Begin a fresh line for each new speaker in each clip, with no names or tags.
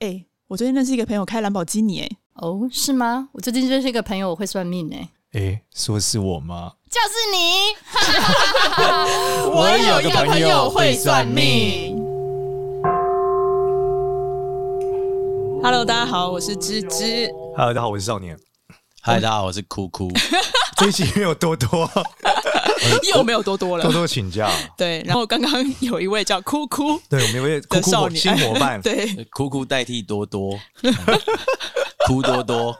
哎、我最近认识一个朋友开兰博基尼、哎，
哦，是吗？我最近认识一个朋友，我会算命哎、
诶，说是我吗？
就是你。
我有个朋友会算命。
Hello，大家好，我是芝芝。
Hello，大家好，我是少年。
嗨，大家好，我是 哭哭。
这一期没有多 多，
又没有多多了
呃多。多请假。
对，然后刚刚有一位叫哭哭
对，我们有位酷
的
酷
少
伙
女
新伙 伴，
对，
哭哭代替多多， 哭多多，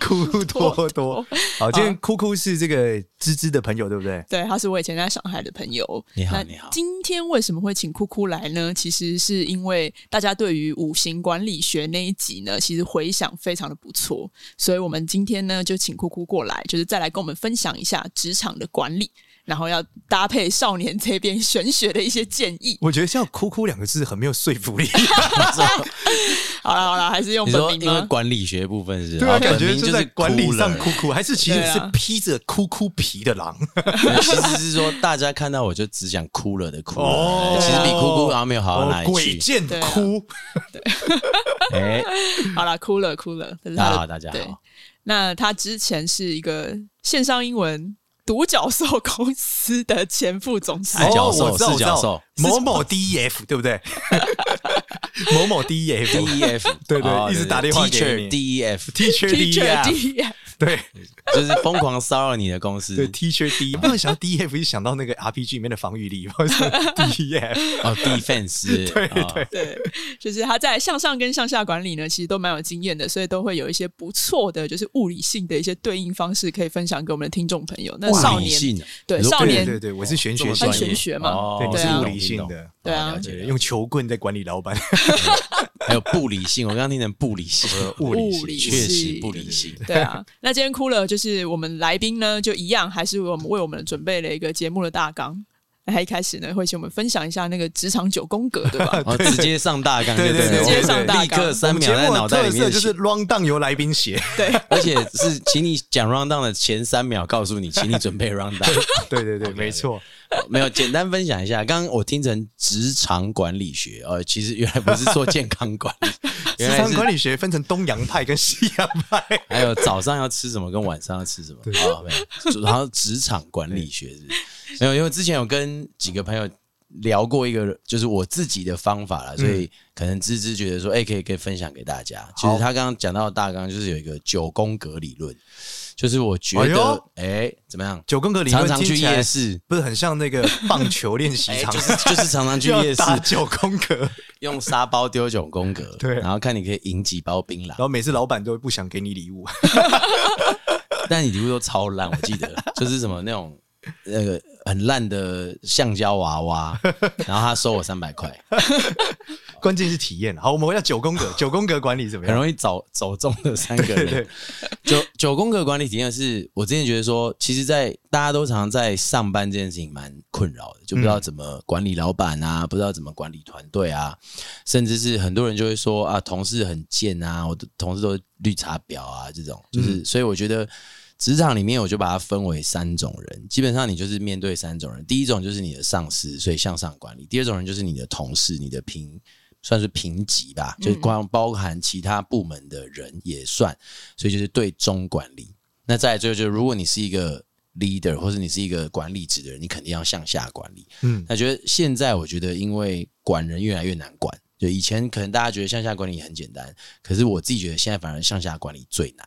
酷多多。好，今天酷酷是这个芝芝的朋友，对不对？
对，他是我以前在上海的朋友。
你好
那
你好
今天为什么会请酷酷来呢？其实是因为大家对于五行管理学那一集呢，其实回想非常的不错，所以我们今天呢就请酷酷过来，就是再来跟我们分享一下职场的管理，然后要搭配少年这边玄学的一些建 议。
我觉得像“酷酷”两个字很没有说服力，
好了好了，还是用
你
本
说
名
因为
吗？
管理学部分 是，
对
啊
啊，感
本
觉
名
就
就是
在管理
哭
上
了
酷酷，还是其实
对
是
啊
披着酷酷皮的狼。
对 其实是说大家看到我就只想哭了的哭了，
哦
对其实比哭哭好像没有好到
哦
哪，里
鬼
去。
见
对啊
哭，
哎，
好了，哭了哭了。这是
大
他的
家啊好，大家
对
好，
那他之前是一个线上英文独角兽公司的前副总裁
四，角兽
哦我知道
四角兽
我知道某某 DEF 对不 对？某某
D
DEF
E F，
对对一直打电话给
Teacher
你
D E F，
Teacher
Teacher
DEF
D
对
就是疯狂骚扰你的公司
对 Teacher D，不 E 能想到 DEF 就想到那个 RPG 里面的防御力， 不是 DEF
哦，Defense，
对
哦
对
对，就是他在向上跟向下管理呢，其实都蛮有经验的，所以都会有一些不错的，就是物理性的一些对应方式可以分享给我们的听众朋友。那少
物理
年
性啊，
对
你说
少
对
年
对对，我是玄学
这么
系
他
专
玄
业
学嘛，
哦
对，你
对啊
是物理性的，
对啊
哦了解
对，
了解
用球棍在管理老板，
还有不理性，我刚刚听成不理性，
物理
物理
性
确
性
实不理性。
对啊，那今天哭了，就是我们来宾呢，就一样，还是我们为我们准备了一个节目的大纲。哎那一开始呢，会请我们分享一下那个职场九宫格，对 吧？
哦，直接上大纲就
对对
对
对
了，
直接上大纲
立刻三秒
我们
在
节目
脑
的
袋
特
里
色
面
就是 round down 由来宾写，
对，
而且是请你讲 round down 的前三秒告诉你，请你准备 round down。
对对对，没错，
没有，简单分享一下，刚刚我听成职场管理学，呃，其实原来不是做健康管 理，
职
原来
场
是
管理学分成东洋派跟西洋派，
还有早上要吃什么跟晚上要吃什么啊、没有，然后职场管理学是不 是没有，因为之前有跟几个朋友聊过一个，就是我自己的方法
嗯
啦，所以可能芝芝觉得说，哎、可以可以分享给大家。就是他刚刚讲到的大纲，就是有一个九宫格理论，就是我觉
哎
得
呦，
哎、怎么样？
九宫格理
常
论
常去
听起来
夜市，
不是很像那个棒球练习
哎
场
就， 是就是常常去
要
夜市
打九宫格，然
用沙包丢九宫 格，
对
然后看你可以赢几包槟榔，
后每次老板都不想给你礼物，
但你礼物都超烂，我记得就是什么那种那个很烂的橡胶娃娃，然后他收我三百块，
关键是体验。好，我们回到九宫 格，九宫格管理怎么
很
样？
容易走走中的三个
对
人。 九九宫格管理体验是我之前觉得说，其实在，大家都常常在上班这件事情蛮困扰的，就
嗯
不知道怎么管理老板啊，不知道怎么管理团队啊，甚至是很多人就会说啊，同事很贱啊，我的同事都是绿茶婊啊，这
嗯
种就是，所以我觉得。职场里面，我就把它分为三种人，基本上你就是面对三种人。第一种就是你的上司，所以向上管理；第二种人就是你的同事，你的平算是评级吧，
嗯
就是光包含其他部门的人也算，所以就是对中管理。那再来最后就是，如果你是一个 leader 或者你是一个管理职的人，你肯定要向下管理。
嗯，
那觉得现在我觉得，因为管人越来越难管，就以前可能大家觉得向下管理很简单，可是我自己觉得现在反而向下管理最难。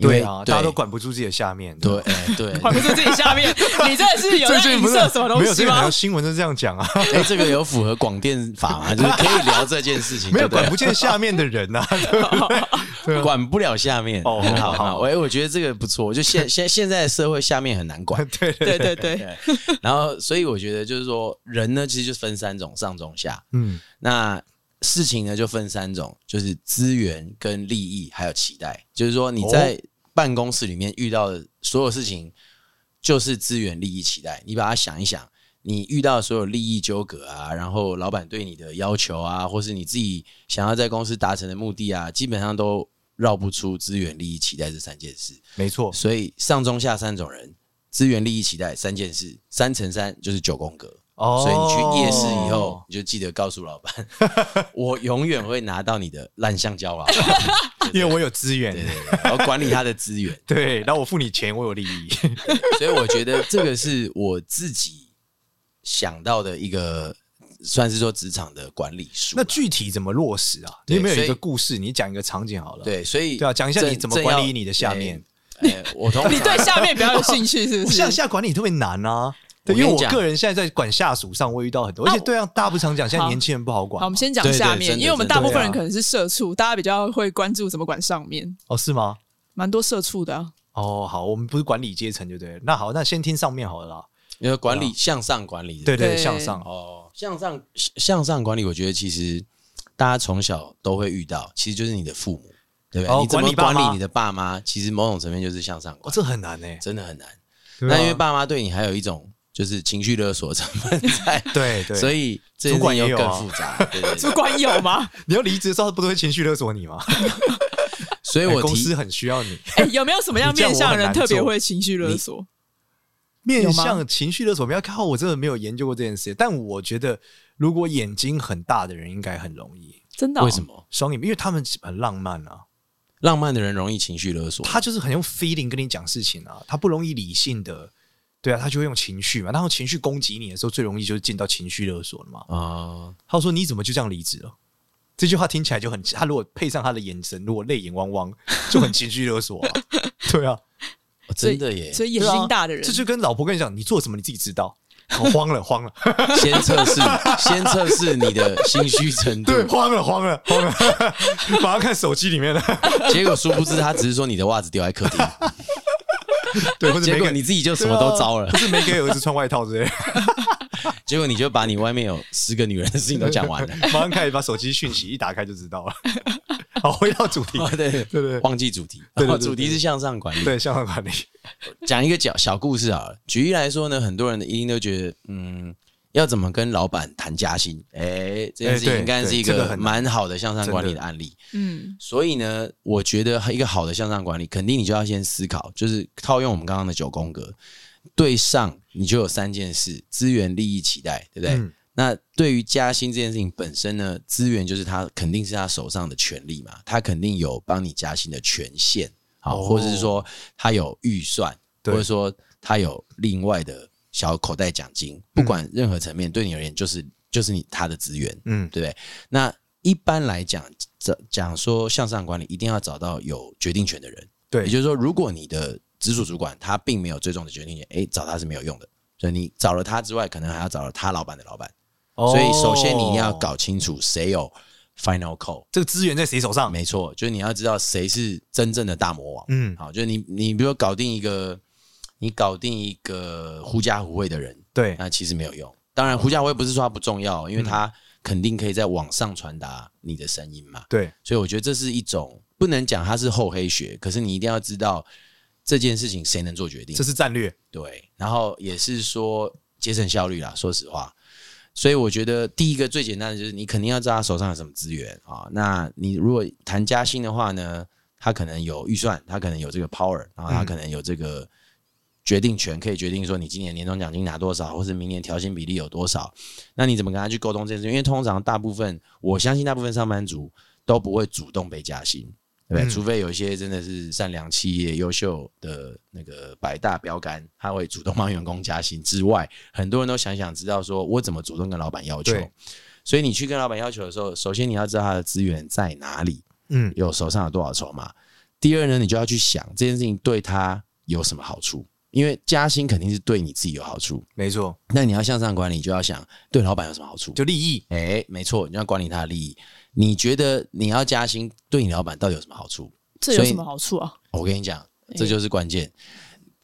因为
对啊，大家都管不住自己的下面。
对，哎 对，
还不是自己下面，你真的是有
最
在
近
影
不是
射什么东
没有
西
这个，好
吗
像？新闻都这样讲啊，
哎，这个有符合广电法吗？就是可以聊这件事 情，
没有
对对
管不见下面的人 啊。
管不了下面，
哦
很好，
好
很好。哎我我觉得这个不错，就现现现在的社会下面很难管，
对对，
对对对，
对。然后，所以我觉得就是说，人呢其实就分三种，上中下。
嗯，
那事情呢就分三种，就是资源、跟利益还有期待。就是说你在办公室里面遇到的所有事情，就是资源、利益、期待。你把它想一想，你遇到的所有利益纠葛啊，然后老板对你的要求啊，或是你自己想要在公司达成的目的啊，基本上都绕不出资源、利益、期待这三件事。
没错，
所以上中下三种人，资源、利益、期待三件事，三乘三就是九宫格。
哦
所以你去夜市以后，你就记得告诉老板， 我永远会拿到你的烂 橡胶啊，
因为我有资源，
对对对，我管理他的资源。
对，然后我付你钱，我有利 益。
所以我觉得这个是我自己想到的一个，算是说职场的管理术啦。
那具体怎么落实啊？你
对
有没有一
所
个
以
故事？你讲一个场景好了。，
对，所以
对啊讲一下你
正
怎么管理
正要
你的下面
哎哎 我通常
你对下面比较有兴趣，是不是？
向下管理特别难啊。对，
我跟你
因为我
讲
个人现在在管下属上，我也遇到很多，而且对啊，大家不常讲，现在
好
年轻人不好管
好，
嘛。
我们先讲
对对
下
真
面，
的
因为我们
真的
大部分人
对啊
可能是社畜，大家比较会关注怎么管上面，
哦，是吗？
蛮多社畜的啊、
哦，好，我们不是管理阶层就对了。那好，那先听上面好了啦。
因为管理向上管理，
对对，
对
向上。
哦，向上向上管理，我觉得其实大家从小都会遇到，其实就是你的父母，对不对？
哦
你怎么
管理爸
管
妈
理你的爸妈，其实某种层面就是向上
哦，
管理，
这很难哎。
真的很难。
对
那
啊
因为爸妈对你还有一种就是情绪勒索成分在，
对对，
所
以
以这
主管
又
也有
更
啊
复杂。对对对
主管有吗？
你要离职的时候，他不都会情绪勒索你吗？
所以
哎
我
公
提
司很需要 你。
哎、有没有什么样
你这样
面
我
向
很
人
难
特别
做
会情绪勒索？
面
有吗
向情绪勒索，不要哦靠我真的没有研究过这件事，但我觉得如果眼睛很大的人应该很容易
真的哦、
为什么
双眼皮，因为他们很浪漫啊，
浪漫的人容易情绪勒索？
他就是很用 feeling 跟你讲事情啊，他不容易理性的，对啊，他就会用情绪嘛，然后情绪攻击你的时候，最容易就是进到情绪勒索了嘛。
啊，
他说你怎么就这样离职了？这句话听起来就很，他如果配上他的眼神，如果泪眼汪汪，就很情绪勒索 啊。对啊，
哦真的耶！
所以眼睛大的人，
这就跟老婆跟你讲，你做什么你自己知道。好慌了，慌了，
先测试，先测试你的心虚程 度。
对，慌了，慌了， 慌了，马上看手机里面的，
结果殊不知，他只是说你的袜子掉在客 厅，
对，或者
结
没
果
给
你自己就什么
啊
都糟了
不。是没给儿子穿外套之类的，
结果你就把你外面有十个女人的事情都讲完了。
马上开始把手机讯息一打开就知道了。 好，回到主题，
哦 对对
对对
忘记主题，
对对对
哦 主题是向上管理。
对，向上管理，
讲一个小小故事好了。举例来说呢，很多人一定都觉得，嗯，要怎么跟老板谈加薪？哎、这件事
哎
情
对
应该是一
对这个
个
很难
蛮好的向上管理的案例。
嗯，
所以呢，我觉得一个好的向上管理，肯定你就要先思考，就是套用我们刚刚的九宫格，对上你就有三件事：资源、利益、期待，对不对？
嗯
那对于加薪这件事情本身呢，资源就是他肯定是他手上的权利嘛，他肯定有帮你加薪的权限，好，
哦
或者是说他有预算，或
对
者说他有另外的小口袋奖金，不管任何层面，对你而言就是就是你他的资源，
嗯，
对不对？那一般来讲，讲讲说向上管理，一定要找到有决定权的人。
对，
也就是说，如果你的直属主管他并没有最终的决定权，诶，找他是没有用的。所以你找了他之外，可能还要找了他老板的老板。
哦
所以首先你一定要搞清楚谁有 final call。
这个资源在谁手上，
没错，就是你要知道谁是真正的大魔王。
嗯，
好，就是你，你比如说搞定一个，你搞定一个狐假虎威的人，
对，
那其实没有用。当然，狐假虎威不是说它不重要，
嗯
因为它肯定可以在网上传达你的声音嘛。
对，
所以我觉得这是一种不能讲它是厚黑学，可是你一定要知道这件事情谁能做决定
这，是战略，
对，然后也是说节省效率啦。说实话，所以我觉得第一个最简单的就是你肯定要知道他手上有什么资源啊。那你如果谈加薪的话呢，他可能有预算，他可能有这个 power，然后他可能有这个决定权，可以决定说你今年年终奖金拿多少，或是明年调薪比例有多少。那你怎么跟他去沟通这件事？因为通常大部分，我相信大部分上班族都不会主动被加薪。对不
嗯
对？除非有一些真的是善良企业、优秀的那个百大标杆，他会主动帮员工加薪之外，很多人都想想知道说我怎么主动跟老板要求
对。
所以你去跟老板要求的时候，首先你要知道他的资源在哪里，
嗯，
有手上有多少筹码。第二呢，你就要去想这件事情对他有什么好处，因为加薪肯定是对你自己有好处。
没错，
那你要向上管理，就要想对老板有什么好处。
就利益，
哎，没错，你要管理他的利益。你觉得你要加薪，对你老板到底有什么好处？
这有什么好处啊？
我跟你讲，这就是关键。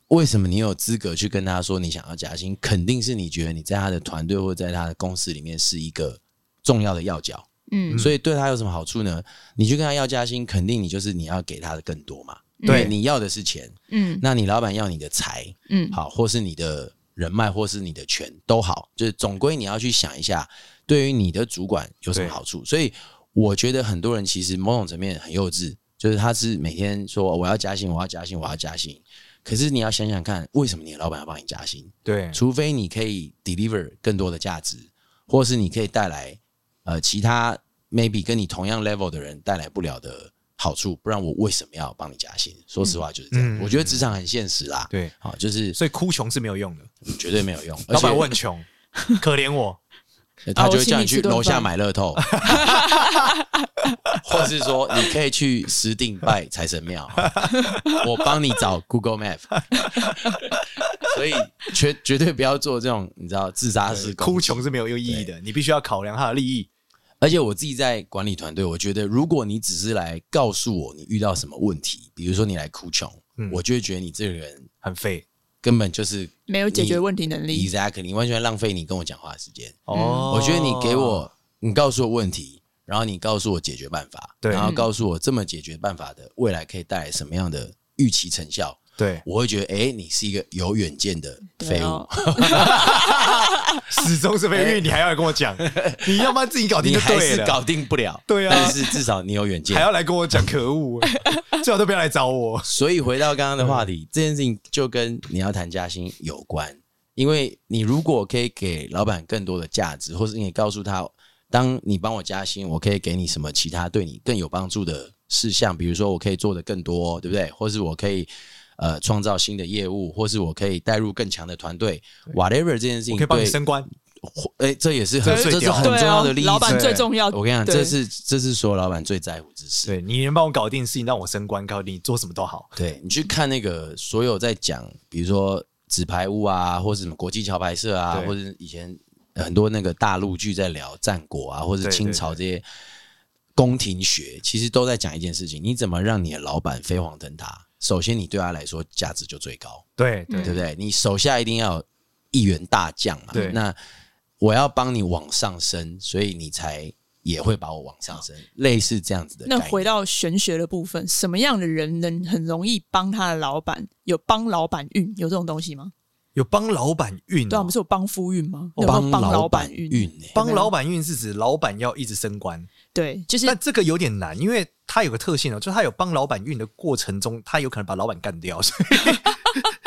为什么你有资格去跟他说你想要加薪？肯定是你觉得你在他的团队或者在他的公司里面是一个重要的要角，
嗯，
所以对他有什么好处呢？你去跟他要加薪，肯定你就是你要给他的更多嘛。
对
嗯因为你要的是钱，
嗯
那你老板要你的财，
嗯，
好，或是你的人脉，或是你的权都好，就是总归你要去想一下，对于你的主管有什么
对
好处。所以我觉得很多人哦其实某种层面很幼稚，就是他是每天说我要加薪，我要加薪，我要加薪，可是你要想想看，为什么你的老板要帮你加薪？
对，
除非你可以 deliver 更多的价值，或是你可以带来呃其他 maybe 跟你同样 level 的人带来不了的好处，不然我为什么要帮你加薪？说实话就是这样，
嗯
我觉得职场很现实啦，
对
好，就是
所以哭穷是没有用的。
绝对没有用。
老板
而且
我很穷，可怜 我。
他
啊
就
我
会
请
叫
你
你去
吃顿
楼下
饭
买乐 透，或是说你可以去石定拜财神庙，我帮你找 Google Map。所以绝绝对不要做这种你知道自杀式攻击
哭穷是没有意义的，你必须要考量他的利益。
而且我自己在管理团队，我觉得如果你只是来告诉我你遇到什么问题，比如说你来哭穷，
嗯
我就会觉得你这个人
很废
根本就是
没有解决问题能力。
exactly，你完全浪费你跟我讲话的时间。
哦
嗯我觉得你给我，你告诉我问题，然后你告诉我解决办法，
对
然后告诉我这么解决办法的未来可以带来什么样的预期成效，
对
我会觉得，哎、你是一个有远见的
对
废物。
哦，
始终是废物，你还要来跟我 讲，你要不然自己搞定
你
啊就
还
对
是
了，
搞定不了，
对啊
但是至少你有远见
还。要来跟我讲，可恶，最好都不要来找我。
所以回到刚刚的话
嗯
题，这件事情就跟你要谈加薪有关，因为你如果可以给老板更多的价值，或是你告诉他，当你帮我加薪，我可以给你什么其他对你更有帮助的事项，比如说我可以做的更多，对不对？或是我可以呃创造新的业务，或是我可以带入更强的团队，whatever 这件事情，
我
对，
可以帮你升官，
哎、这也是很
这最
这是
屌
很
对
重要
啊
的利益。
老板最重要。
我跟你讲，
对
这是这是所有老板最在乎之事。
对你能帮我搞定事情，让我升官，搞定你做什么都好。
对你去看那个所有在讲，比如说纸牌屋啊，或是什么国际桥牌社啊，
对
或者是以前很多那个大陆剧在聊战国啊，或是
对对
清朝这些宫廷学，其实都在讲一件事情：你怎么让你的老板飞黄腾达？首先，你对他来说价值就最高，
对对
对不对？你手下一定要有一员大将嘛。
对
那我要帮你往上升，所以你才也会把我往上升，类似这样子的概
那
念。
回到玄学的部分，什么样的人能很容易帮他的老板？有帮老板运有这种东西吗？
有帮老板运哦，
对啊，我们是有啊帮夫运吗？那有没
嗯哦帮
有帮
老
板
板运、欸，
帮老板运是指老板要一直升官，
对，就是
但这个有点难，因为他有个特性哦，就是他有帮老板运的过程中，他有可能把老板干掉，所以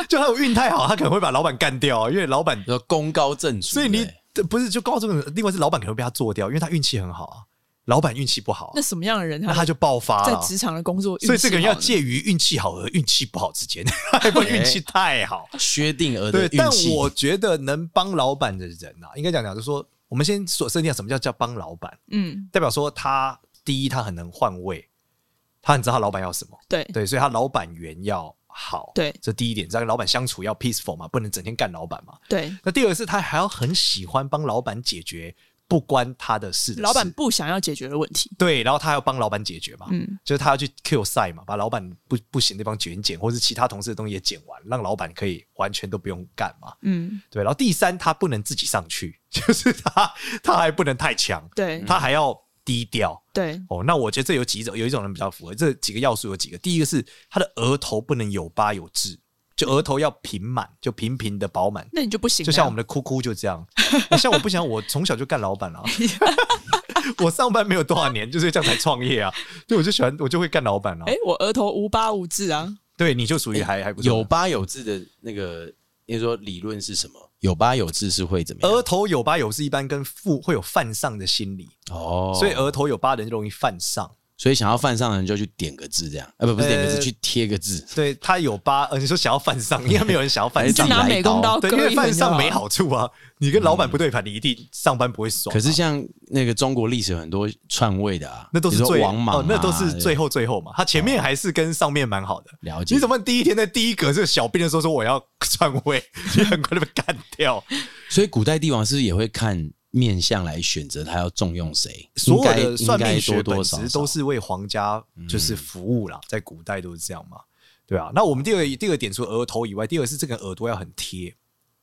就他有运太好，他可能会把老板干掉，因为老板，
说功高震主，
所以你
对
这不是就告诉你，另外是老板可能会被他做掉，因为他运气很好啊，老板运气不好啊、
那什么样的人
那他就爆发
在
了啊。
职场的工作运气好
所以
呢，
这个人要介于运气好和运气不好之间， 还不能运气太好。
薛定谔的
对，但
运气。
我觉得能帮老板的人啊，应该讲讲，就是说，我们先说设定下什么叫叫帮老板，
嗯，
代表说他第一他很能换位，他很知道他老板要什么，
对
对，所以他老板缘要好，
对
这第一点，这样老板相处要 peaceful 嘛，不能整天干老板嘛。
对，
那第二个是他还要很喜欢帮老板解决不关他的事的事
老板不想要解决的问题，
对，然后他还要帮老板解决嘛，
嗯
就是他要去 kill 赛嘛，把老板不不行的地方卷一剪，或是其他同事的东西也剪完，让老板可以完全都不用干嘛。
嗯，
对，然后第三，他不能自己上去， 就是他他还不能太强，
对
他还要低调。
对，
哦，那我觉得这有几种，有一种人比较符合这几个要素，有几个。第一个是他的额头不能有疤有痣，就额头要平满，就平平的饱满，
那你就不行了，啊
就像我们的哭哭就这样。那像我不想，我从小就干老 板了啊、我上班没有多少年，就是这样才创业啊。对，我就喜欢，我就会干老板了、
哎，我额头无疤无痣啊，
对，你就属于还还不错
有八有字的那个，你说理论是什么？有八有字是会怎么
额
样？
头有疤有痣，一般跟父会有犯上的心理，
哦，
所以呃额头有疤的人就容易犯上。
所以想要犯上的人就去点个字这样，啊不不是点个字，
呃
去贴个字。
对他有疤，呃，你说想要犯上，应该没有人想要犯
哎
就
上
自己
拿
来
吧。
美工刀
对，
割
因为
一横
犯
就
上
好
没。好处啊。你跟老板不对盘，你一定上班不会爽啊、
嗯可是像那个中国历史有很多篡位的啊，
那都
比
是
如说
最
王莽啊哦
哦，那都是最后最后嘛。他前面还是跟上面蛮好的。
了解
你怎么第一天在第一格这个小兵的时候说我要篡位， 你很快就被干掉？
所以古代帝王是不是也会看面相来选择他要重用谁？
所有
应
的
该
算
应
命
该
学本
多多少
质
少
都是为皇家就是服务啦，在古代都是这样嘛。对啊，那我们第二第二点除了额头以外，第二个是这个耳朵要很贴，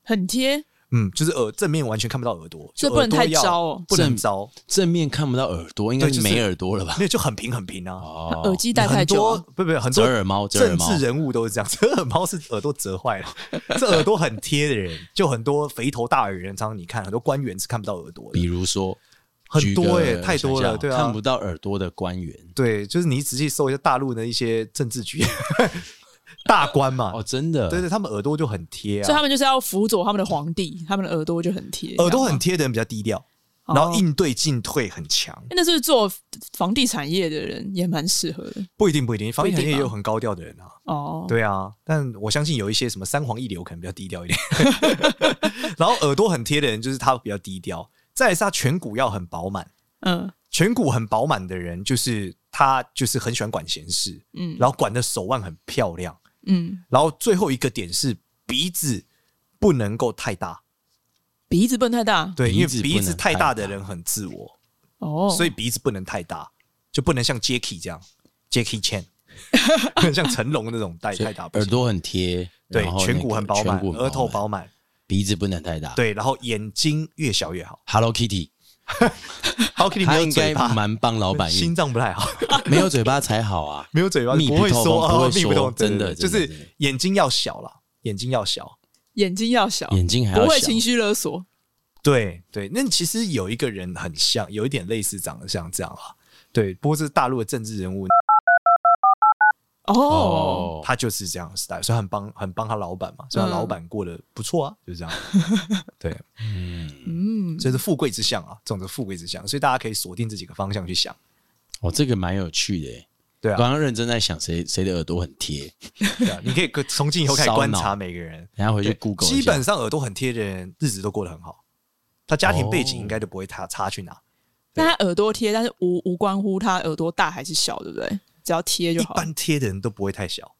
很贴，
嗯，就是耳正面完全看不到耳朵，
所以
就
不能
耳朵
太
要
招哦
不能
正
招，
正面看不到耳朵，应该
对
是
就是
没耳朵了吧？
那就很平很平啊。
哦，
耳机戴太
很
久
多
啊，
不不很
折
多
耳猫，折耳
政
猫
治人物都是这样， 折耳猫是耳朵折坏 了，这耳朵很贴的人，就很多肥头大耳的人，常常你看很多官员是看不到耳朵
比
的，
如说，
很多
哎、
哎、太多了，对啊，
看不到耳朵的官员，
对，就是你仔细搜一下大陆的一些政治局，大官嘛，
哦，真的，
啊对对，他们耳朵就很贴
所以
啊，
他们就是要辅佐他们的皇帝，他们的耳朵就很贴，
耳朵
这样
很
吗。
贴的人比较低调，
哦
然后应对进退很强，
那是不是做房地产业的人也蛮适合的
不一定不一定，防疫产业
不一定
也
吗
有很高调的人啊，
哦。，
对啊，但我相信有一些什么三皇一流可能比较低调一点， 然后耳朵很贴的人就是他比较低调，再来是他颧骨要很饱满，
嗯
颧骨很饱满的人就是他就是很喜欢管闲事，
嗯
然后管的手腕很漂亮，
嗯，
然后最后一个点是鼻子不能够太大，
鼻子不能太大
对，因为
鼻子不
鼻子
能
太
太
大的
大
人很自我，
哦，
所以鼻子不能太大，就不能像 Jacky 这样，Jacky Chan，不能像成龙那种戴
所以
太大不
耳
行，
朵很贴，
对，
然后
颧
那
骨
个
很饱满
颧骨，很
额头饱满，
鼻子不能太大。
对，然后眼睛越小越好。
，Hello Kitty，
Hello Kitty 没
他
有
应该
嘴巴，
蛮帮老板
心
运，
脏不太好，
没有嘴巴才好啊。
没有嘴巴
密
不
不
会
透
说
风 不
啊，
会
密不
说
通，对
真的
对对就
真的真
是
的
眼睛要小啦，眼睛要小。
眼睛要小，
眼睛还要
不会
小
情绪勒索。
对对，那其实有一个人很像，有一点类似，长得像这样啦。对，不过这是大陆的政治人物，
哦，
他就是这样的 style，所以他很帮很帮他老板嘛，所以他
嗯
老板过得不错啊， 就是这样。对，
嗯，
嗯，
这是富贵之相啊，这种是富贵之相，所以大家可以锁定这几个方向去想。
哦，这个蛮有趣的耶。
对
我
啊，
刚刚认真在想谁谁的耳朵很贴，
对啊，你可以从今以后开始
烧
观
脑
察每个人，
等一下回去
对
Google 一
基
下
本上耳朵很贴的人，日子都过得很好。他家庭背景
哦
应该就不会差差去哪，
但他耳朵贴，但是无无关乎他耳朵大还是小，对不对？只要贴
一
就好。
般贴的人都不会太小。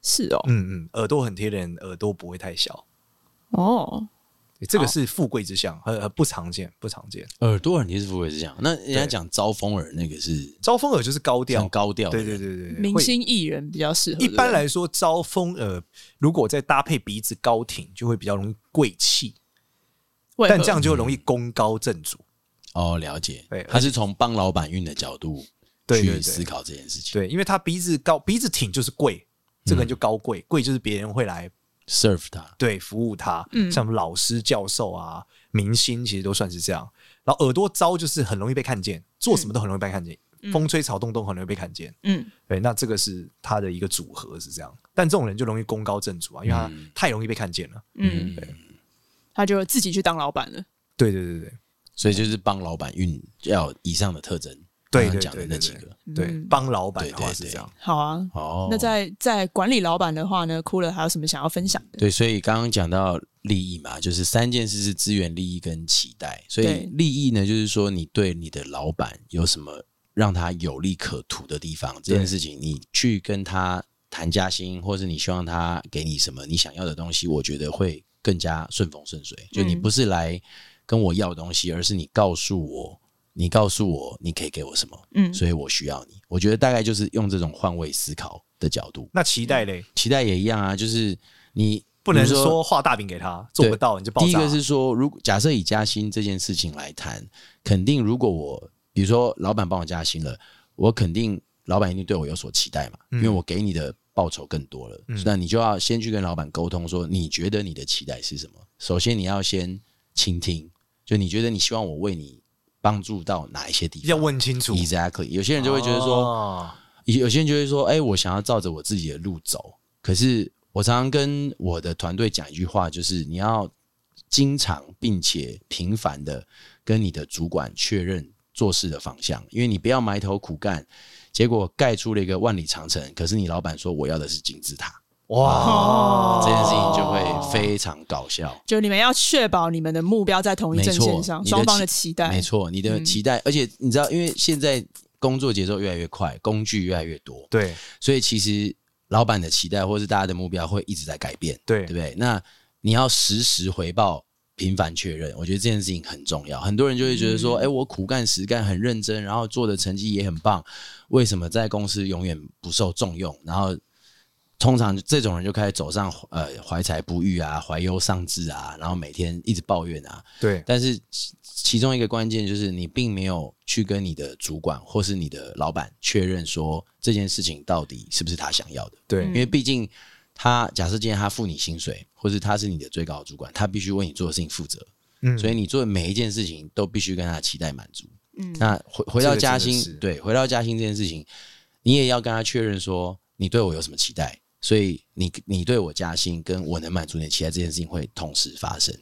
是哦，
嗯嗯，耳朵很贴的人耳朵不会太小，
哦，
对这个
好
是富贵之相，很很不常见，不常见。
耳朵很贴是不会是这样。那人家
对
讲招风耳那个是
招风耳就是高调
很，高调的
对
人，
对对对对，
明
会
星艺人比较适合。
一般
对
来说，招风耳如果再搭配鼻子高挺，就会比较容易贵气，
不对，
但
为何
这样就容
嗯
易功高震主。
哦，了解
对。
他是从帮老板运的角度
对对
去
对
思考这件事情
对，因为他鼻子高，鼻子挺就是贵，这个人就
嗯
高贵，贵就是别人会来
，serve 他。
对服务他，
嗯
像老师、教授啊、明星，其实都算是这样。然后耳朵招就是很容易被看见，做什么都很容易被看见，风吹草动都很容易被看见。
嗯，
对，那这个是他的一个组合是这样，但这种人就容易功高震主啊，因为他
嗯
太容易被看见了。
嗯，他就自己去当老板了。
对对对对
所以就是帮老板运要有以上的特征，
对
刚刚
对
讲的
对
那
对
几
对
个。
对，对
嗯
帮老板的
对
话
对
是这样。
好啊，
哦，
那在在管理老板的话呢，哭了还有什么想要分享的？
对，所以刚刚讲到利益嘛，就是三件事是资源、利益跟期待。所以
对
利益呢，就是说你对你的老板有什么让他有利可图的地方，这件事情你去跟他谈加薪，或是你希望他给你什么你想要的东西，我觉得会更加顺风顺水。就你
嗯
不是来跟我要东西，而是你告诉我。你告诉我你可以给我什么，
嗯
所以我需要你。我觉得大概就是用这种换位思考的角度，
那期待嘞，
期待也一样啊，就是你
不能
比如
说画大饼给他，做不
对
到你就爆炸。
第一个是说，如果假设以加薪这件事情来谈，肯定如果我比如说老板帮我加薪了，我肯定老板一定对我有所期待嘛，
嗯
因为我给你的报酬更多了。那你就要先去跟老板沟通说，你觉得你的期待是什么？首先你要先倾听，就你觉得你希望我为你帮助到哪一些地
要
方
问清楚，
？Exactly，有些人就会觉得说，
哦
有有些人就会说，哎、我想要照着我自己的路走。可是我常常跟我的团队讲一句话，就是你要经常并且频繁的跟你的主管确认做事的方向，因为你不要埋头苦干，结果盖出了一个万里长城，可是你老板说我要的是金字塔，
哇，
这件事情就
哦
会非常搞笑。
就你们要确保你们的目标在同一
没
阵
错
线上，
你的
双方
期
的期待。嗯
没，错，你的期待，而且你知道，因为现在工作节奏越来越快，工具越来越多，
对
所以其实老板的期待或是大家的目标会一直在改变，
对
对不对？那你要实时回报，频繁确认，我觉得这件事情很重要。很多人就会觉得说，哎、我苦干实干，很认真，然后做的成绩也很棒，为什么在公司永远不受重用？然后通常这种人就开始走上呃怀才不遇啊，怀忧丧志啊，然后每天一直抱怨啊，
对
但是其其中一个关键就是你并没有去跟你的主管或是你的老板确认说这件事情到底是不是他想要的，
对
因为毕竟他假设今天他付你薪水，或是他是你的最高主管，他必须为你做的事情负责，
嗯
所以你做的每一件事情都必须跟他的期待满足。
嗯
那回回
这
到
个
加
真的
薪
是，
对，回到加薪这件事情，你也要跟他确认说你对我有什么期待，所以你你对我加薪跟我能满足你的期待这件事情会同时发生。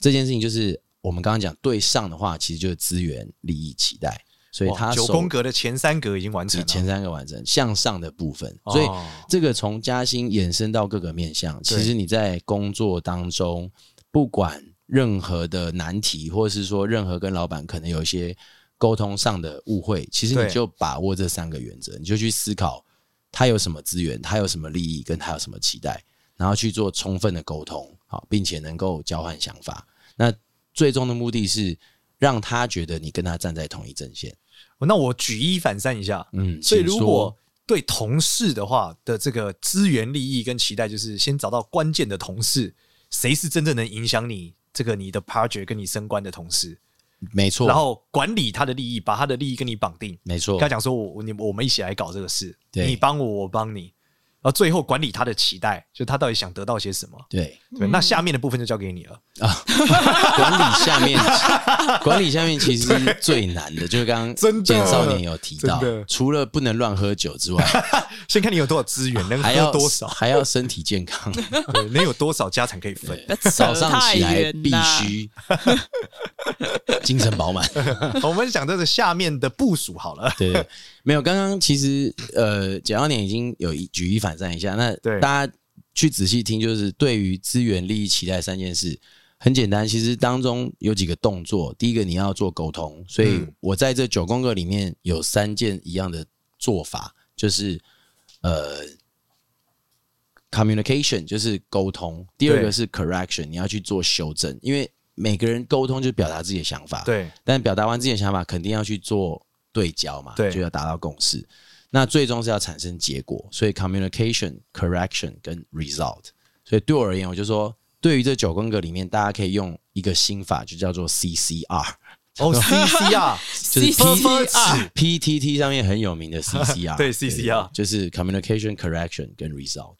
这件事情就是我们刚刚讲对上的话，其实就是资源、利益、期待，所以
哇
它
九
手
宫格的前三格已经完成了，
前三个完成向上的部分，
哦
所以这个从加薪延伸到各个面向，
对
其实你在工作当中，不管任何的难题，或是说任何跟老板可能有一些沟通上的误会，其实
对
你就把握这三个原则，你就去思考他有什么资源，他有什么利益，跟他有什么期待，然后去做充分的沟通，好，并且能够交换想法。那最终的目的是让他觉得你跟他站在同一阵线。
哦那我举一反三一下，
嗯，
所以
请
如
说
果对同事的话的这个资源利益跟期待，就是先找到关键的同事，谁是真正能影响你这个你的 project 跟你升官的同事，
没错，
然后管理他的利益，把他的利益跟你绑定，
没错
跟他，讲说我你我们一起来搞这个事，
对
你帮我，我帮你，然后最后管理他的期待，就他到底想得到些什么。
对，
对，那下面的部分就交给你了。
管理下面，管理下面其实是最难的，就是刚
真的
刚简少年有提到
真的，
除了不能乱喝酒 之外，
先看你有多少资源，能
还
喝
要
多 少，
还要身体健康，
对，能有多少家产可以 分。
不要扯
早上
太
起来
远
必
啦
须精神饱满。
我们讲这是下面的部署好了。
对，对没有。刚刚其实呃，简少年已经有一举一反三一下，那
对
大家去仔细听，就是对于资源、利益、期待三件事。很简单，其实当中有几个动作。第一个，你要做沟通，所以
嗯
我在这九宫格里面有三件一样的做法，就是呃，communication 就是沟通，第二
对
个是 correction，你要去做修正，因为每个人沟通就是表达自己的想法，
对，
但表达完自己的想法，肯定要去做对焦嘛，
对
就要达到共识。那最终是要产生结果，所以 communication、correction 跟 result。所以对我而言，我就说，对于这九宫格里面，大家可以用一个新法，就叫做 CCR，
哦，CCR，
就是
CCR
P T T 上面很有名的 CCR，
对 CCR
就是 communication、correction 跟 result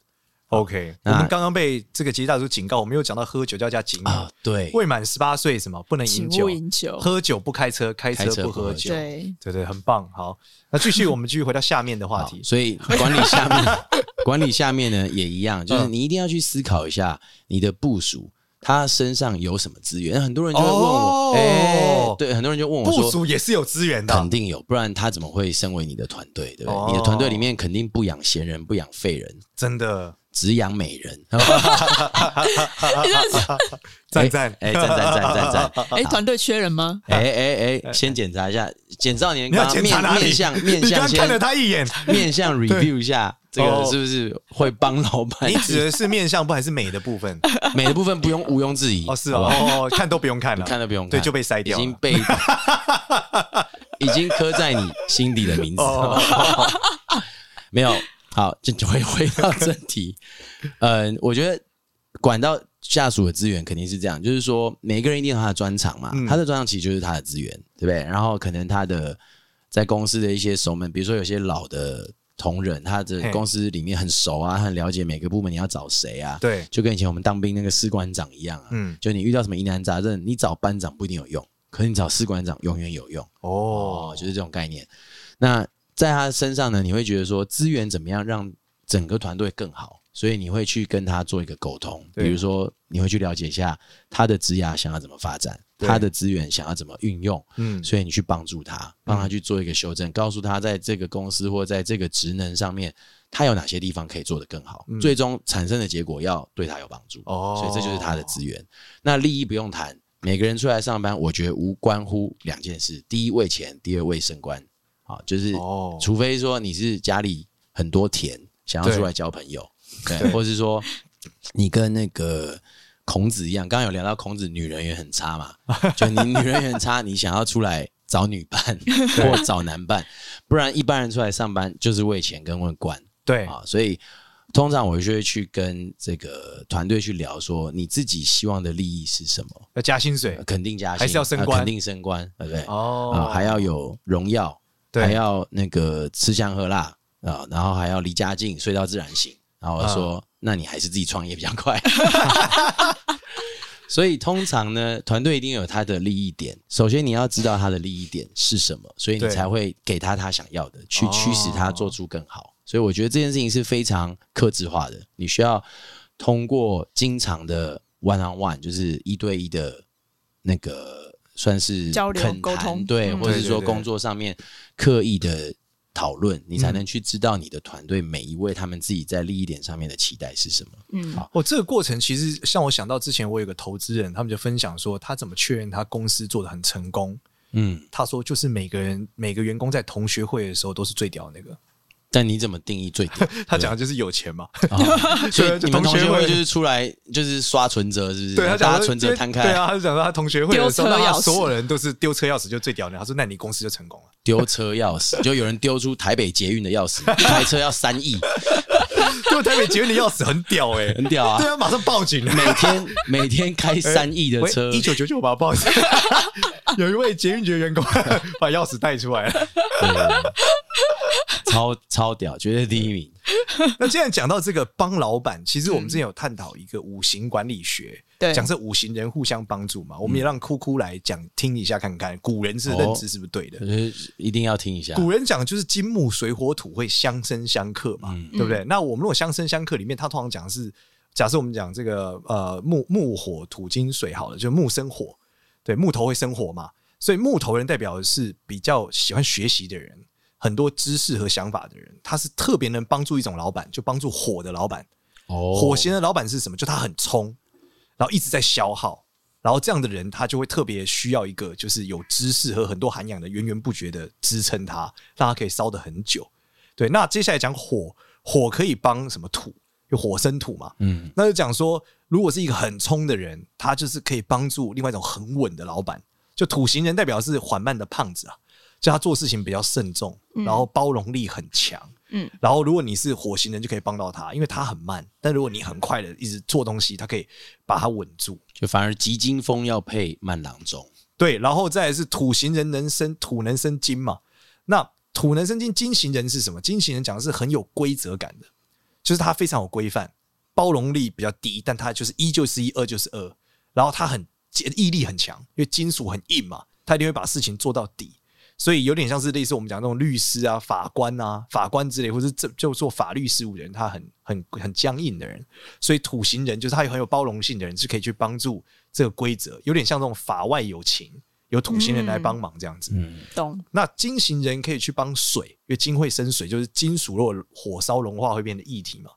OK，我
那
们刚刚被这个杰大叔警告，我们有讲到喝酒就要加警语，
啊，对，
未满十八岁什么不能饮
请
酒
勿，饮酒。
喝酒不开车，开
开车
不
不喝
酒。
对，
对对，很棒。好，那继续，我们继续回到下面的话
好
题。
所以管理下面， 管理下面呢也一样，就是
嗯
你一定要去思考一下你的部署，他身上有什么资源。很多人就会问我
哦，
哎、对，很多人就问我
部
说。
署也是有资源
肯
的，
定有，不然他怎么会身为你的团队，对不对？
哦
你的团队里面肯定不养闲人，不养废人，
真的。
只养美 人。
哦赞赞，
哎，赞赞赞赞赞！
哎，团队缺人吗？
哎哎哎，先检查一下，简少年
你要
刚刚
检
面
查哪里？
面向面
你刚
向
刚看了
先
他一 眼，
面向 review 一下，这个
哦
是不是会帮老板
你？指的是面相不还是美的部分？
美的部分不用毋庸置疑
哦，是
哎好不
哦
好，
哦，看都不用看了，
看都不用看，
对，就被筛掉
已经
了。
被 已经刻在你心底的名字。
哦
没有，好，就就回回到正题。 嗯，我觉得管到下属的资源肯定是这样，就是说每个人一定有他的专长嘛，
嗯
他的专长其实就是他的资源，对不对？然后可能他的在公司的一些熟门，比如说有些老的。同仁，他
嘿
的公司里面很熟啊，很了解每个部门你要找谁啊，
对，
就跟以前我们当兵那个士官长一样啊，
嗯
就你遇到什么疑难杂症，你找班长不一定有用，可是你找士官长永远有用哦
哦，，
就是这种概念。那在他身上呢，你会觉得说资源怎么样让整个团队更好，所以你会去跟他做一个沟通，
对
比如说你会去了解一下他的职涯想要怎么发展，
对
他的资源想要怎么运用，
嗯，
所以你去帮助他，帮他去做一个修正，告诉他在这个公司或在这个职能上面，他有哪些地方可以做得更好，
嗯
最终产生的结果要对他有帮助。
哦
所以这就是他的资源。那利益不用谈，每个人出来上班，我觉得无关乎两件事：第一为钱，第二为升官。啊，就是、
哦
除非说你是家里很多田，想要
对
出来交朋友，对，或是说你跟那个孔子一样，刚刚有聊到孔子女人缘很差嘛，就你女人缘很差，你想要出来找女伴或找男伴，不然一般人出来上班就是为钱跟为官
对，
啊，所以通常我就会去跟这个团队去聊说，你自己希望的利益是什么？
要加薪水
呃肯定加薪，
还是要升
呃
官
肯定升官，对不对？啊、
哦，
还要有荣耀，
对
还要那个吃香喝辣啊、然后还要离家近，睡到自然醒。然后我
啊
说，那你还是自己创业比较快。 所以通常呢，团队一定有他的利益点。首先你要知道他的利益点是什么，所以你
对
才会给他他想要的，去
哦
驱使他做出更好。所以我觉得这件事情是非常克制化的，你需要通过经常的 one on one，就是一对一的那个算是
交流
恳谈
沟通
对，
嗯
或者是
对
说
对对
工作上面刻意的讨论，你才
嗯
能去知道你的团队每一位他们自己在利益点上面的期待是什么。
嗯，
哦，这个过程其实像我想到之前，我有个投资人，他们就分享说他怎么确认他公司做的很成功。
嗯，
他说就是每个人每个员工在同学会的时候都是最屌的那个。
但你怎么定义最 低？
他讲的就是有钱嘛，
啊所以
就
你
同
们同
学
学
会
会就是出来就是刷存折，是不是？
对他
然后
讲
大
的
家存折摊
对
开，
啊，他就讲到他同学会的时候，
丢车
那他
钥匙
所有人都是丢车钥匙就最屌的。他说那你公司就成功了。
丢车钥匙，就有人丢出台北捷运的钥匙，一台车要三亿，
对，台北捷运的钥匙很屌哎、
很屌啊
对！啊，马上报警了。欸
每天每天开 三亿的车
一，九九九吧，不好意思， 有一位捷运局的员工 把钥匙带出来了。
对超超屌，绝对第一名。
那既然讲到这个帮老板，其实我们之前有探讨一个五行管理学，
对
讲这五行人互相帮助嘛。我们也让哭哭来讲听一下看看，古人是认知是不是对的？
我觉得一定要听一下。
古人讲就是金木水火土会相生相克嘛，对不对？那我们如果相生相克里面，它通常讲的是，假设我们讲这个呃木木火土金水好了，就木生火，对，木头会生火嘛，所以木头人代表的是比较喜欢学习的人，很多知识和想法的人，他是特别能帮助一种老板，就帮助火的老板。
哦
火型的老板是什么？就他很冲，然后一直在消耗，然后这样的人他就会特别需要一个就是有知识和很多涵养的源源不绝的支撑他，让他可以烧得很久。对，那接下来讲火，火可以帮什么土？有火生土嘛？
嗯，
那就讲说，如果是一个很冲的人，他就是可以帮助另外一种很稳的老板。就土型人代表是缓慢的胖子啊，就他做事情比较慎重，然后包容力很强。
嗯，
然后如果你是火型人，就可以帮到他，因为他很慢。但如果你很快的一直做东西，他可以把它稳住。
就反而急惊风要配慢郎中，
对，然后再来是土型人能生土能生金嘛？那土能生金，金型人是什么？金型人讲的是很有规则感的，就是他非常有规范，包容力比较低，但他就是一就是一，二就是二，然后他很毅力很强，因为金属很硬嘛，他一定会把事情做到底。所以有点像是类似我们讲那种律师啊、法官啊、法官之类，或是这就做法律事务的人，他很很很僵硬的人，所以土型人就是他有很有包容性的人，是可以去帮助这个规则，有点像这种法外有情，有土型人来帮忙这样子。
懂，
那金型人可以去帮水，因为金会生水，就是金属如果火烧融化会变得液体嘛。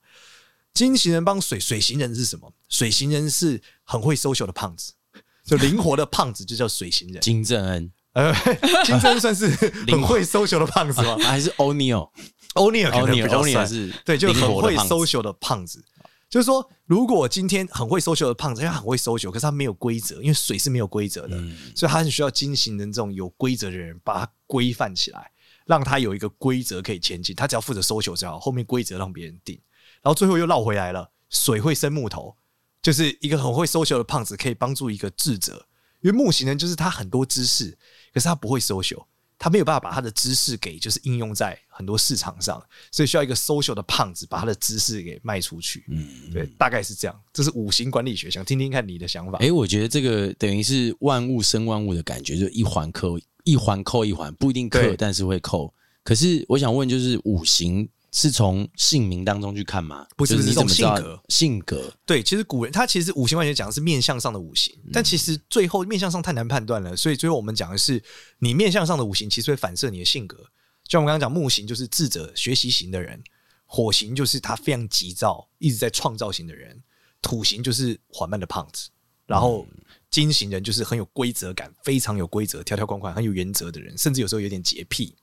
金型人帮水，水型人是什么？水型人是很会 social 的胖子， 就灵活的胖子就叫水型人。
金正恩
呃， 金针算是很会 social 的胖子吗
啊还是 O'Neal，
欧尼尔 可能比较
O'Neal，O'Neal
帅
是
对，就
灵
很
活的
会
胖子
social 的胖子。就是说，如果今天很会 social 的胖子，因为他很会 social，可是他没有规则，因为水是没有规则的，
嗯
所以他很需要金型人这种有规则的人把他规范起来，让他有一个规则可以前进。他只要负责 social 就好，后面规则让别人定。然后最后又绕回来了，水会生木头，就是一个很会 social 的胖子可以帮助一个智者，因为木型人就是他很多知识，可是他不会 social，他没有办法把他的知识给就是应用在很多市场上，所以需要一个 social 的胖子把他的知识给卖出去。嗯，对，大概是这样。这是五行管理学，想听听看你的想法。
哎、我觉得这个等于是万物生万物的感觉，就一环扣一环扣一环，不一定
对
扣，但是会扣。可是我想问，就是五行是从姓名当中去看吗？
不是
就
不
你
是
怎么知
从性
道
格
性格？
对，其实古人他其实五行万学讲的是面相上的五行，
嗯
但其实最后面相上太难判断了，所以最后我们讲的是你面相上的五行其实会反射你的性格。就像我们刚刚讲，木型就是智者、学习型的人，火型就是他非常急躁、一直在创造型的人，土型就是缓慢的胖子，然后
嗯
金型人就是很有规则感、非常有规则、条条框框、很有原则的人，甚至有时候有点洁癖。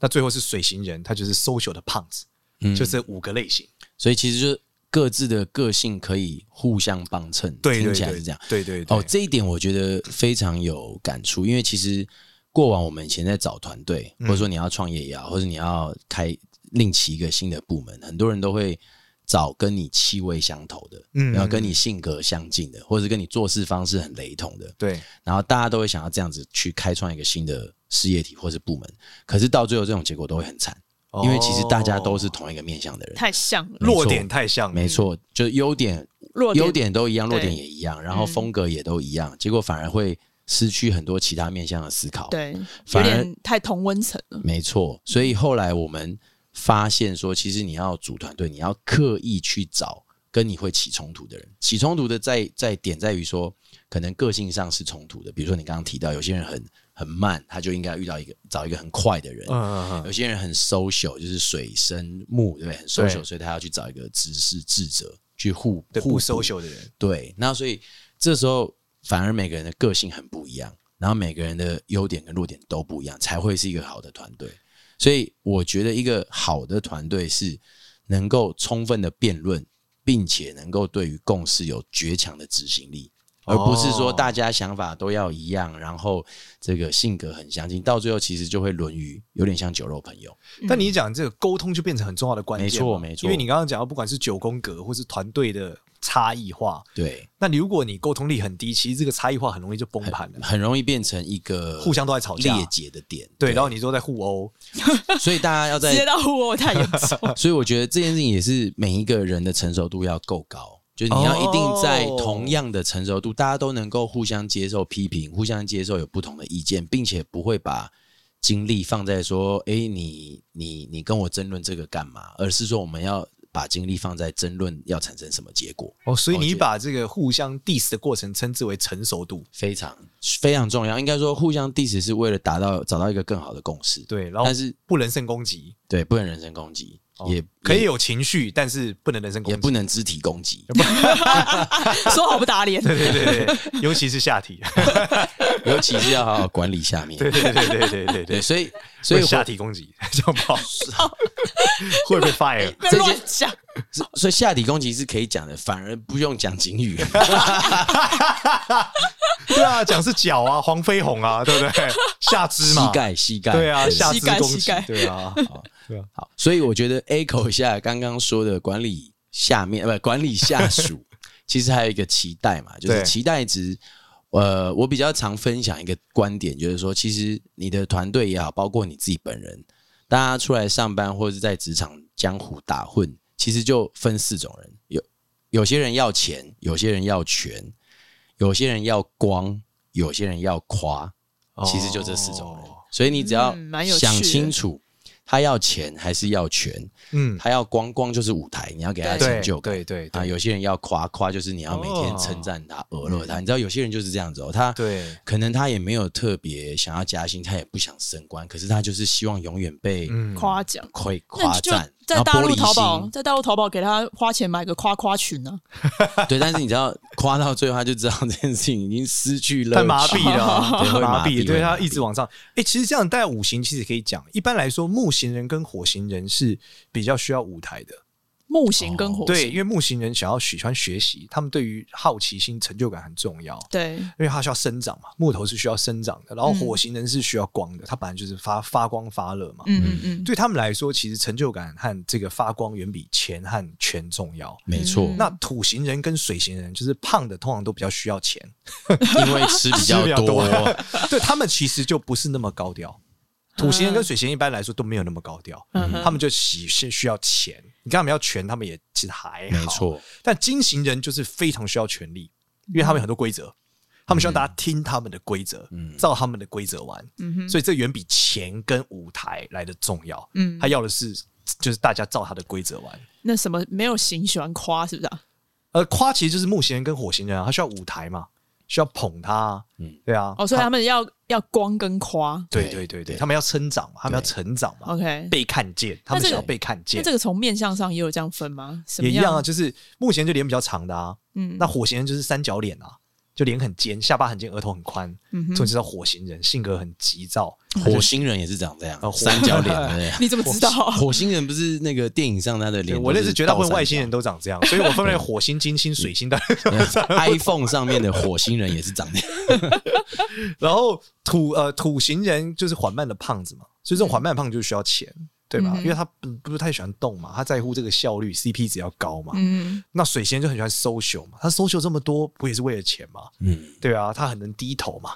那最后是水型人，他就是 social 的胖子，
嗯
就这五个类型。
所以其实就是各自的个性可以互相帮衬，
对对
听起来
对，
是这样。
对对对。
哦，这一点我觉得非常有感触，因为其实过往我们以前在找团队，
嗯
或者说你要创业也好，或者你要开另起一个新的部门，很多人都会找跟你气味相投的，
嗯
嗯，然后跟你性格相近的，或者是跟你做事方式很雷同的，
对，
然后大家都会想要这样子去开创一个新的事业体或是部门，可是到最后这种结果都会很惨，
哦
因为其实大家都是同一个面向的人，
太像了，
没错
弱点太像了，
没错，就是优点
弱点
优点都一样，
对嗯
弱点也一样，然后风格也都一样，结果反而会失去很多其他面向的思考。，
对，有
反而
点太同温层了，
没错。所以后来我们发现说，其实你要组团队，你要刻意去找跟你会起冲突的人。起冲突的在在点在于说，可能个性上是冲突的。比如说你刚刚提到，有些人很很慢，他就应该遇到一个找一个很快的人。
嗯嗯嗯，
有些人很 social，就是水生木，对不对？很 social，
对
所以他要去找一个知识智者去互
对，
互补
不 social 的人，
对，那所以这时候反而每个人的个性很不一样，然后每个人的优点跟弱点都不一样，才会是一个好的团队。所以我觉得一个好的团队是能够充分的辩论，并且能够对于共识有绝强的执行力，而不是说
哦
大家想法都要一样，然后这个性格很相近，到最后其实就会沦于有点像酒肉朋友。
但你讲这个沟通就变成很重要的关键嘛，
没错没错
因为你刚刚讲到，不管是九宫格或是团队的差异化，
对，
那你如果你沟通力很低，其实这个差异化很容易就崩盘了。
很容易变成一个
互相都在吵架
裂解的点。
对，然后你说在互殴，
所以大家要在
接到我太严 重。
所以我觉得这件事情也是每一个人的成熟度要够高，就是你要一定在
哦
同样的成熟度，大家都能够互相接受批评，互相接受有不同的意见，并且不会把精力放在说，哎、你你你跟我争论这个干嘛？而是说我们要把精力放在争论要产生什么结果，
哦，所以
我
你
觉得
把这个互相 diss 的过程称之为成熟度，
非常非常重要。应该说，互相 diss 是为了达到找到一个更好的共识，
对，然后
但是
不能人身攻击，
对，不能人身攻击，
哦
也
可以
也
有情绪，但是不能人身攻
也
击，
不能肢体攻击。
说好不打脸，
对对对 对，尤其是下体，
尤其是要好好管理下面。
对对对对对对对
对，
对，
所以所以
会下
回
体攻击 这样不好， 会被 fire。
不要
这
乱
件
讲。
所以下体攻击是可以讲的，反而不用讲 警语。
对啊，讲是脚啊，黄飞鸿啊，对不 对？下肢
膝
嘛，
盖膝盖
对啊，下肢
膝盖
攻
膝
击
盖，
对啊，
好，所以我觉得 echo 一下刚刚说的管理下面呃不管理下属，其实还有一个期待嘛，就是
对
期待值。呃，我比较常分享一个观点，就是说，其实你的团队也好，包括你自己本人，大家出来上班或者是在职场江湖打混，其实就分四种人，有有些人要钱，有些人要权，有些人要光，有些人要夸， 其实就这四种人。
哦
所以你只要
嗯蛮有趣的
想清楚，他要钱还是要权，
嗯，
他要光光就是舞台，你要给他
对
成
对
就感。
对对
啊，
对
有些人要夸夸，就是你要每天称赞他、额乐他。你知道有些人就是这样子哦，他
对，
可能他也没有特别想要加薪，他也不想升官，可是他就是希望永远被
嗯，
夸奖。
亏
那
夸
你就
赞，
在大陆
然
淘
后玻璃
宝
心，
在大陆淘宝给他花钱买个夸夸群啊呢、
对。但是你知道，夸到最后他就知道这件事情已经失去乐趣，
太麻痹了啊，
对会
麻
麻
痹，
痹，
对
会麻
它
痹
一直往上。哎，其实这样带五行其实可以讲，一般来说木行人跟火行人是比较需要舞台的，
木型跟火
哦对，
型，
因为木行人想要喜欢学习，他们对于好奇心、成就感很重要。
对
因为它需要生长嘛，木头是需要生长的，然后
嗯
火行人是需要光的，它本来就是发发光发热嘛。
嗯嗯嗯，
对他们来说，其实成就感和这个发光远比钱和权重要。
没错，
嗯
那土行人跟水行人，就是胖的通常都比较需要钱，
嗯
因为吃比较
吃比较
多，
对他们其实就不是那么高调。土行人跟水行人一般来说都没有那么高调，
嗯哼
他们就喜是需要钱。你跟他们要权，他们也其实还好。
没错，
但金行人就是非常需要权力，因为他们有很多规则，他们希望大家听他们的规则，照他们的规则玩。
嗯哼
所以这远比钱跟舞台来的重要。
嗯
他要的是就是大家照他的规则玩。
那什么嗯没有型喜欢夸是不是啊？
而夸其实就是木行人跟火行人啊，他需要舞台嘛，需要捧他、啊。
嗯
对啊。
哦，所以他们要要光跟夸
对对对
对
对，
对
他们要生长嘛，他们要
对
成长嘛，
，OK。
被看见，他们
这
想要
个
被看见
哦那这。个从面相上也有这样分吗？什么
也一样啊，就是目前就脸比较长的啊，
嗯，
那火型人就是三角脸啊，就脸很尖，下巴很尖，额头很宽，
嗯
这
哼
种就叫火型人，性格很急躁，
火星人也是长这样
哦，火
三角 脸，对不对
你怎么知道？
火星人不是那个电影上他的
对
脸，
我认识绝大部分外星
星
人都长这样，所以我分不了火星、金 星、水星的。
，iPhone 上面的火星人也是长这样，
然后土呃土型人就是缓慢的胖子嘛，所以这种缓慢的胖子就需要钱，对吧？
嗯哼
因为他不不太喜欢动嘛，他在乎这个效率，CP 值要高嘛。
嗯，
那水星人就很喜欢 social 嘛，他 social 这么多不也是为了钱嘛？
嗯，
对啊，他很能低头嘛，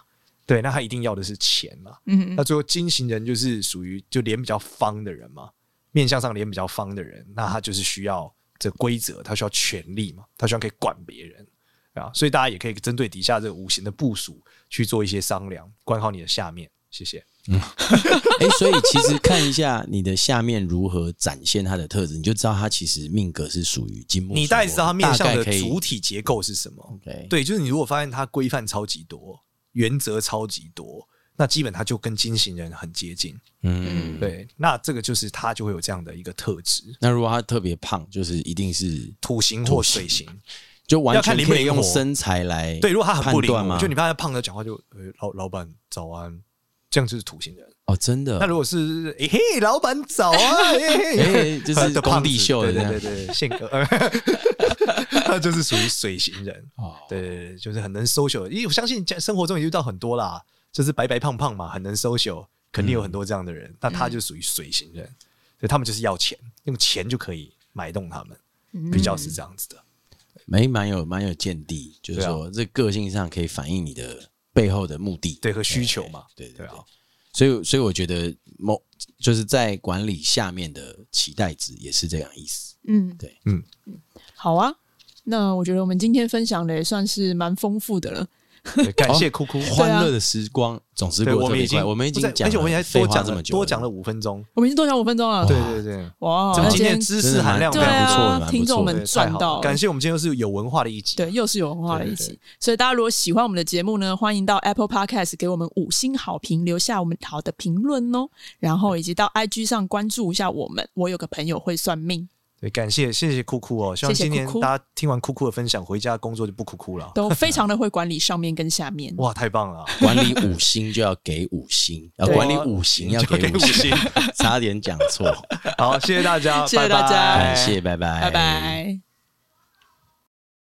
对，那他一定要的是钱嘛。
嗯
那最后金型人就是属于就脸比较方的人嘛，面相上脸比较方的人，那他就是需要这规则，他需要权力嘛，他希望可以管别人啊，所以大家也可以针对底下这个五行的部署去做一些商量，管好你的下面。谢谢。
哎、所以其实看一下你的下面如何展现它的特质，你就知道它其实命格是属于金木水火。
你大概知道它面向的
大概可以
主体结构是什么。
OK
对，就是你如果发现它规范超级多，原则超级多，那基本它就跟金型人很接近。
嗯。
对，那这个就是它就会有这样的一个特质，
那如果他特别胖，就是一定是
土型或水型。
就完
要看
全
灵不
可以
灵活
用身材来
对，如果他很不
判
灵
断
活，
吗？
就你发现胖的讲话就，呃老老板早安，这样就是土型人。
哦，真的
那如果是诶嘿，老板早 啊，嘿嘿
哎就是
的胖子
工地秀的
对对对对，宪哥， 呃他就是属于水型 人，
哦
对对对，就是很能 social，因为我相信在生活中也遇到很多啦，就是白白胖胖嘛，很能 social，肯定有很多这样的
嗯
人，那他就属于水型人，所以他们就是要钱，用钱就可以买动他们，比较是这样子的，
没蛮有蛮有见地，就是
对啊
说、这个性上可以反映你的背后的目的，
对和需求嘛，
对对
对
对
啊。
所以所以我觉得某就是在管理下面的期待值也是这样意思。
嗯，
对，
嗯
好啊。那我觉得我们今天分享的也算是蛮丰富的了。
对啊感谢哭哭。
欢乐的时光总是
对，
过
我
得特
们已
别
经
快，我们已经
不是
讲了，
而且我们也
废
多
话
讲
这
了
么久了，哦
多讲了五分钟。
我们已经多讲五分钟了，
对对对，
哇，
整
那
个今天
今
知识含量非
对
常不错。
蛮不错
啊
的蛮，不错
听众
我
们赚
太好
到
了
了
感谢我们今天又是有文化的一集。
对，又是有文化的
对
一
对
集
对。
所以大家如果喜欢我们的节目呢，欢迎到 Apple Podcast 给我们五星好评，留下我们好的评论哦。然后以及到 IG 上关注一下我们。我有个朋友会算命，
对，感谢谢谢酷酷哦，希望
谢谢
今天
酷酷
大家听完酷酷的分享，回家工作就不酷酷了。
都非常的会管理上面跟下面。
哇，太棒了！
管理五星就要给五星，要
对
管理五行要
就
给
给
五
五
星
星，
差点讲错，
好，谢谢大家，
谢谢大家
拜拜
感谢，拜拜，
拜拜。